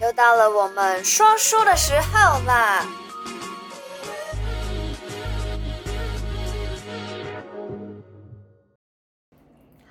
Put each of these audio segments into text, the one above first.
又到了我们说书的时候啦！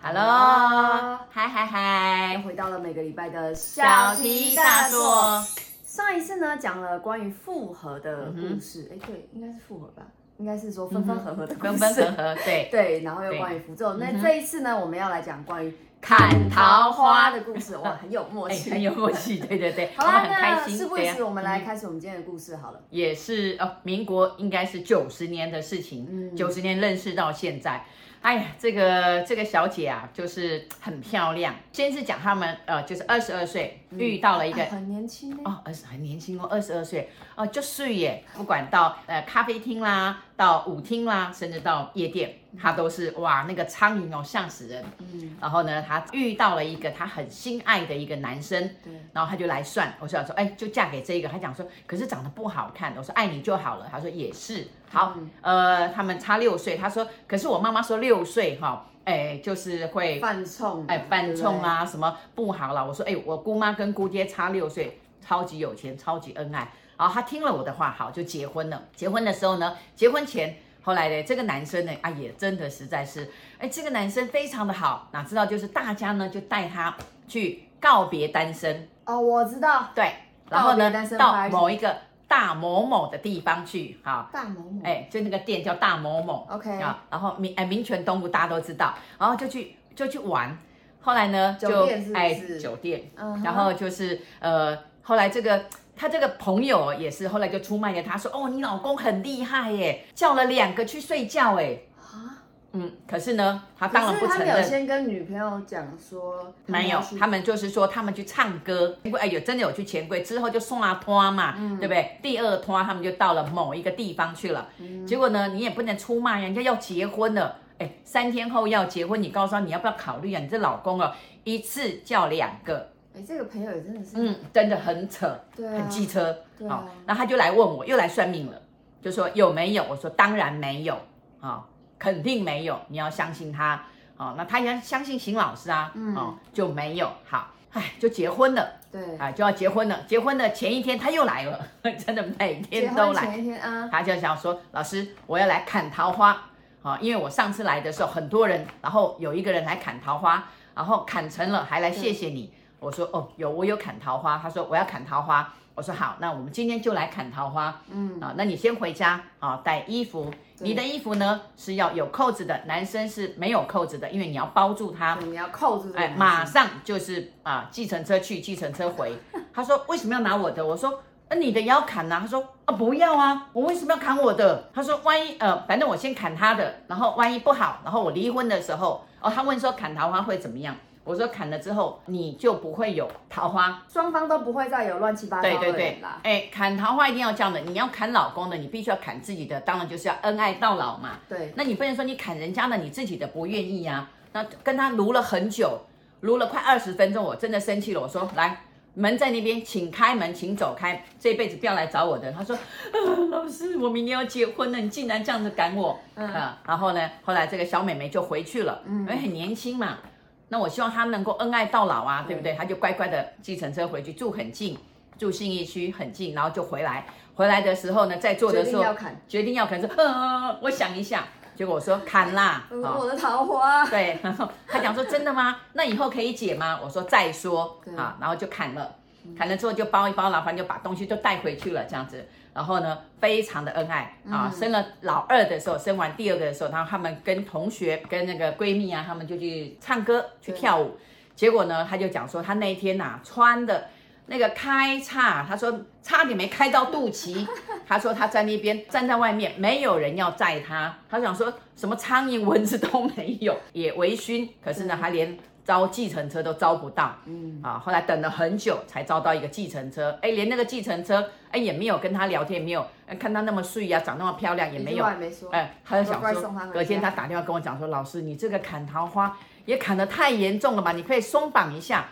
Hello，嗨嗨又嗨，回到了每个礼拜的小题大做。上一次呢，讲了关于复合的嗯故事，哎、对，应该是复合吧，应该是说分分合合的故事。分分合合，对，对，然后又关于符咒。那这一次呢，我们要来讲关于砍桃花的故事，哇，很有默 哎，契，很有默。契，对对对，好我啦，们很开那心，事不对宜啊嗯呀迟，我们来开始我们今天的故事好了。也是哦，民国应该是九十年的事情，嗯九十年认识到现在。哎呀，这个这个小姐啊，就是很漂亮。先是讲他们呃，就是二十二岁遇到了一个哎很年轻呢，哦，二十很年轻哦，二十二岁哦，就睡耶。不管到呃咖啡厅啦，到舞厅啦，甚至到夜店，他都是哇，那个苍蝇哦，吓死人。嗯，然后呢，他遇到了一个他很心爱的一个男生，对，然后他就来算，我想说，哎，就嫁给这个。他讲说，可是长得不好看。我说爱你就好了。他说也是。好，呃，他们差六岁。他说，可是我妈妈说六岁哈，哎，就是会犯冲，哎，犯冲啊，什么不好啦。我说，哎，我姑妈跟姑爹差六岁，超级有钱，超级恩爱。然后他听了我的话，好，就结婚了。结婚的时候呢，结婚前，后来呢，这个男生呢，啊，也真的实在是，哎，这个男生非常的好，哪知道就是大家呢就带他去告别单身，对不对。哦，我知道，对，然后告呢别单身到派某一个大某某的地方去，好，大某某，哎，就那个店叫大某某 OK 啊，然后民哎民权东路大家都知道，然后就去就去玩，后来呢就酒店是不哎是酒店，嗯哼然后就是呃后来这个。他这个朋友也是，后来就出卖了他，说：“哦，你老公很厉害耶，叫了两个去睡觉哎。啊，”嗯，可是呢，他当可然不是他们承有认。先跟女朋友讲说，他们没要有去，他们就是说他们去唱歌，因为哎有真的有去钱柜，之后就送啊拖嘛，嗯对不对？第二拖他们就到了某一个地方去了，嗯结果呢，你也不能出卖呀，人家要结婚了，哎，三天后要结婚，你告诉他你要不要考虑啊？你这老公哦，一次叫两个，哎，这个朋友也真的是，嗯，真的很扯，对啊，很机车，对好、啊，那他就来问我，又来算命了，就说有没有？我说当然没有，啊、肯定没有，你要相信他，哦，那他也相信邢老师啊，嗯哦，就没有，好，哎，就结婚了，对，哎，就要结婚了，结婚了前一天他又来了， 真的每结天都婚来，前一天啊，他就想说，老师，我要来砍桃花，啊、因为我上次来的时候很多人，然后有一个人来砍桃花，然后砍成了，还来谢谢你。我说哦，有我有砍桃花，他说我要砍桃花，我说好，那我们今天就来砍桃花，嗯，啊、那你先回家啊、带衣服，对你的衣服呢是要有扣子的，男生是没有扣子的，因为你要包住他，对你要扣住这个啊哎，男马生上就是啊，计程车去，计程车回。 他说为什么要拿我的？我说那、你的也要砍呐、啊。他说啊不要啊，我为什么要砍我的？他说万一呃，反正我先砍他的，然后万一不好，然后我离婚的时候，哦，他问说砍桃花会怎么样？我说砍了之后你就不会有桃花，双方都不会再有乱七八对糟对的对人啦，。哎，砍桃花一定要这样的，你要砍老公的，你必须要砍自己的，当然就是要恩爱到老嘛。对，那你不能说你砍人家的，你自己的不愿意啊。那跟他撸了很久，撸了快二十分钟，我真的生气了。我说来，门在那边，请开门，请走开，这辈子不要来找我的。他说， 呃、老师，我明天要结婚了，你竟然这样子赶我，嗯、然后呢，后来这个小美眉就回去了，嗯因为很年轻嘛。那我希望她能够恩爱到老啊，对不对？她就乖乖的计程车回去，住很近，住信义区很近，然后就回来。回来的时候呢，在做决的时定候要砍，决定要砍，说，呃，我想一下，结果我说砍啦，呃哦我的桃花，对， 然后他讲说真的吗？那以后可以解吗？我说再说对啊，然后就砍了，砍了之后就包一包，然后反正就把东西都带回去了，这样子。然后呢，非常的恩爱啊。嗯生了老二的时候，生完第二个的时候，然后他们跟同学、跟那个闺蜜啊，他们就去唱歌、去对跳舞。结果呢，他就讲说他那一天呐、穿的那个开叉，他说差点没开到肚脐。他说他在那边站在外面，没有人要载他。他想说什么苍蝇、蚊子都没有，也微醺。可是呢，对他连招计程车都招不到。嗯啊，后来等了很久才招到一个计程车。哎，连那个计程车哎也没有跟他聊天，也没有哎看他那么帅呀、长那么漂亮，也没一句有话也没说，哎，他就想乖乖说送他，回隔天家他打电话跟我讲说，老师，你这个砍桃花也砍得太严重了吧？你可以松绑一下。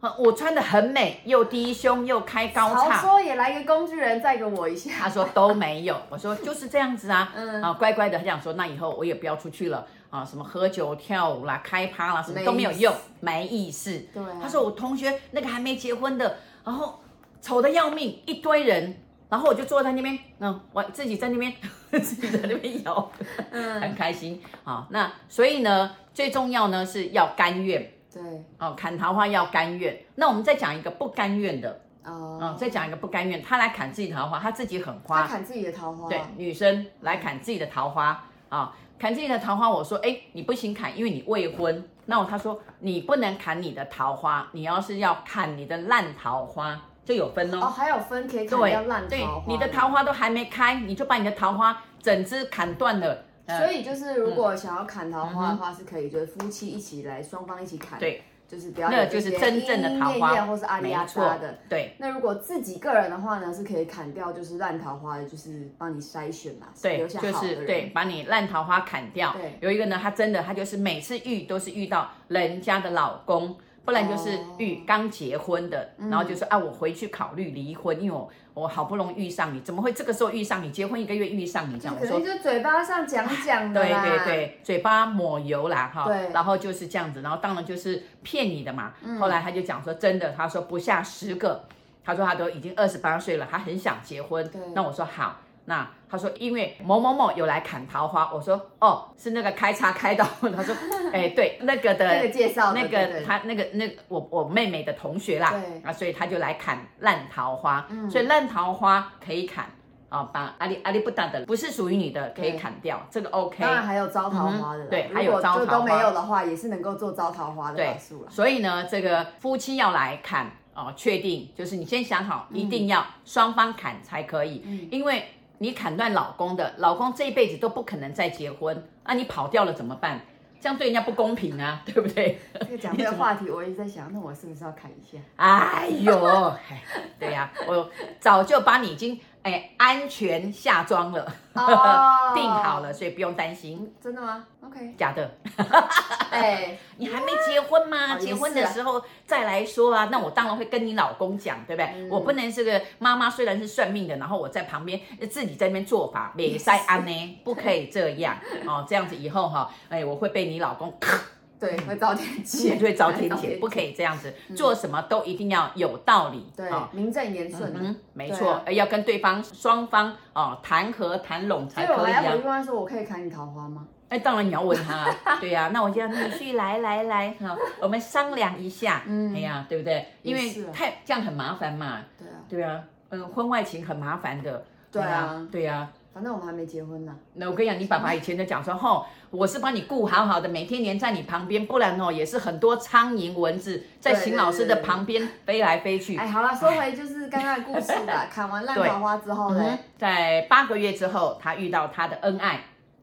呃我穿的很美，又低胸又开高好叉。说也来一个工具人再给我一下，他说都没有，我说就是这样子啊，嗯啊，乖乖的。他讲说，那以后我也不要出去了啊，什么喝酒、跳舞啦、开趴啦，什么没都没有意思用，没意思。对啊他说我同学那个还没结婚的，然后丑的要命，一堆人。然后我就坐在那边，嗯，我自己在那边， 自己在那边摇，嗯很开心。好，那所以呢，最重要呢是要甘愿对，哦，砍桃花要甘愿。那我们再讲一个不甘愿的，嗯，哦，再讲一个不甘愿，他来砍自己桃花，他自己很花他，砍自己的桃花，对，女生来砍自己的桃花啊，砍自己的桃花。我说，哎，你不行砍，因为你未婚。那我他说你不能砍你的桃花，你要是要砍你的烂桃花，就有分哦，哦。还有分可以砍对掉烂对桃花，，你的桃花都还没开，你就把你的桃花整枝砍断了。呃嗯所以就是，如果想要砍桃花的话，是可以，就是夫妻一起来，双方一起砍。对，就是不要有那就是真正的这桃些莺莺花燕燕或是阿里没阿错扎的。，对那如果自己个人的话呢，是可以砍掉，就是烂桃花的，就是帮你筛选嘛，对，留下就好的是人。对，，把你烂桃花砍掉对。有一个呢，他真的他就是每次遇都是遇到人家的老公，不然就是遇哦嗯刚结婚的，然后就说啊，我回去考虑离婚，因为我我好不容易遇上你，怎么会这个时候遇上你？结婚一个月遇上你这样，我可说啊能就嘴巴上讲讲的对啦。对对，嘴巴抹油啦哈，对嗯然后就是这样子，然后当然就是骗你的嘛。后来他就讲说，真的，他说不下十个，他说他都已经二十八岁了，他很想结婚对。那我说好，那他说因为某某某有来砍桃花，我说哦，是那个开叉开到， 他说哎对，那个的 那个介绍的那对个对他那个那个我我妹妹的同学啦对，嗯啊，所以他就来砍烂桃花，所以烂桃花可以砍啊，把阿里阿里不达的不是属于你的可以对砍掉，这个 OK。当然还有招桃花的啦，嗯对如还有果招就桃都花没有的话，也是能够做招桃花的对法术啦。所以呢，这个夫妻要来砍哦，确定就是你先想好，嗯一定要双方砍才可以，因为你砍断老公的，老公这一辈子都不可能再结婚，那、你跑掉了怎么办？这样对人家不公平啊，对不对？这个讲这个话题，我一直在想，那我是不是要砍一下？哎呦，哎对呀、我早就把你已经哎安全下庄了，哦 定好了，所以不用担心。真的吗？OK，假的，哎，你还没结婚吗？哦也是结啊婚的时候再来说啊。那我当然会跟你老公讲，对不对？嗯我不能是个妈妈，虽然是算命的，然后我在旁边呃自己在那边做法，美塞 安呢，不可以这样哦。这样子以后哈、哎，我会被你 老公 对，嗯会遭天谴，也会遭天谴，不可以。以这样子，做什么都一定要有道理。嗯对哦，名正言顺。嗯，没对错，啊呃要跟对方双方哦谈和谈拢所才以我可以还要啊回。去问他说，我可以砍你桃花吗？哎，当然你要问他 啊，对呀、那我就要女婿来来来，哈，我们商量一下，嗯哎呀，对不对？因也为是啊太这样很麻烦嘛，对啊，对啊，嗯，婚外情很麻烦的，对啊哎呀对呀。反正我们还没结婚呢。那我跟你讲，你爸爸以前就讲说，吼，我是帮你顾好好的，每天黏在你旁边，不然哦，也是很多苍蝇蚊子在对邢对老师对的对旁边飞来飞去。哎，好了，说回就是刚刚的故事吧。 砍完烂桃花之后嗯呢，在八个月之后，他遇到他的恩爱，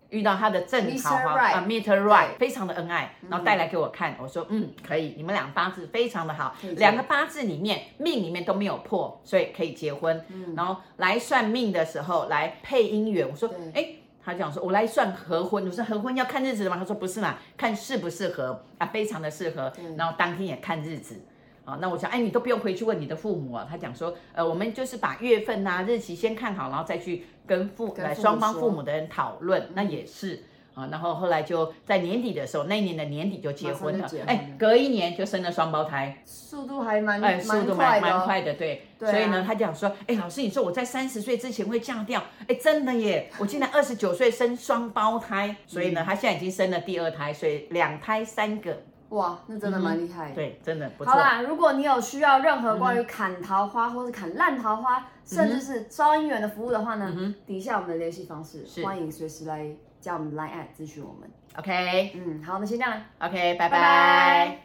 遇到他的正桃 Mr. 花 Right 嗯啊，Meter Right，非常的恩爱，然后带来给我看，我说嗯，可以，你们俩八字非常的好可以，结两个八字里面命里面都没有破，所以可以结婚。嗯然后来算命的时候来配姻缘，我说对哎。他讲说，我来算合婚。我说合婚要看日子吗？他说不是嘛，看适不适合啊，非常的适合对。然后当天也看日子，啊，那我讲，哎，你都不用回去问你的父母啊。他讲说，呃，我们就是把月份呐、日期先看好，然后再去跟父跟父呃母双方说嗯父母的人讨论，那也是啊。然后后来就在年底的时候，那一年的年底就结婚马上了就结，婚哎了，隔一年就生了双胞胎，速度还蛮哎，速蛮度的蛮蛮哦。快的，对。对啊所以呢，他讲说，哎，老师，你说我在三十岁之前会嫁掉，哎，真的耶，我竟然二十九岁生双胞胎，所以呢，嗯他现在已经生了第二胎，所以两胎三个，哇，那真的蛮厉害的。嗯对，真的不错嗯好。啦，如果你有需要任何关于砍桃花或是砍烂桃花，甚至是招姻缘的服务的话呢，底下我们的联系方式，嗯是欢迎随时来加我们的 Line at 咨询我们。 OK 嗯，好，那先这样啦。 OK，拜拜拜拜。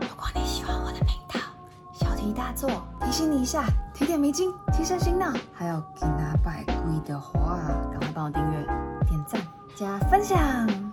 如果你喜欢我的频道，小题大做提醒你一下，提点迷津，提升醒脑。还有给拿百贵的话，赶快帮我订阅、点赞、加分享。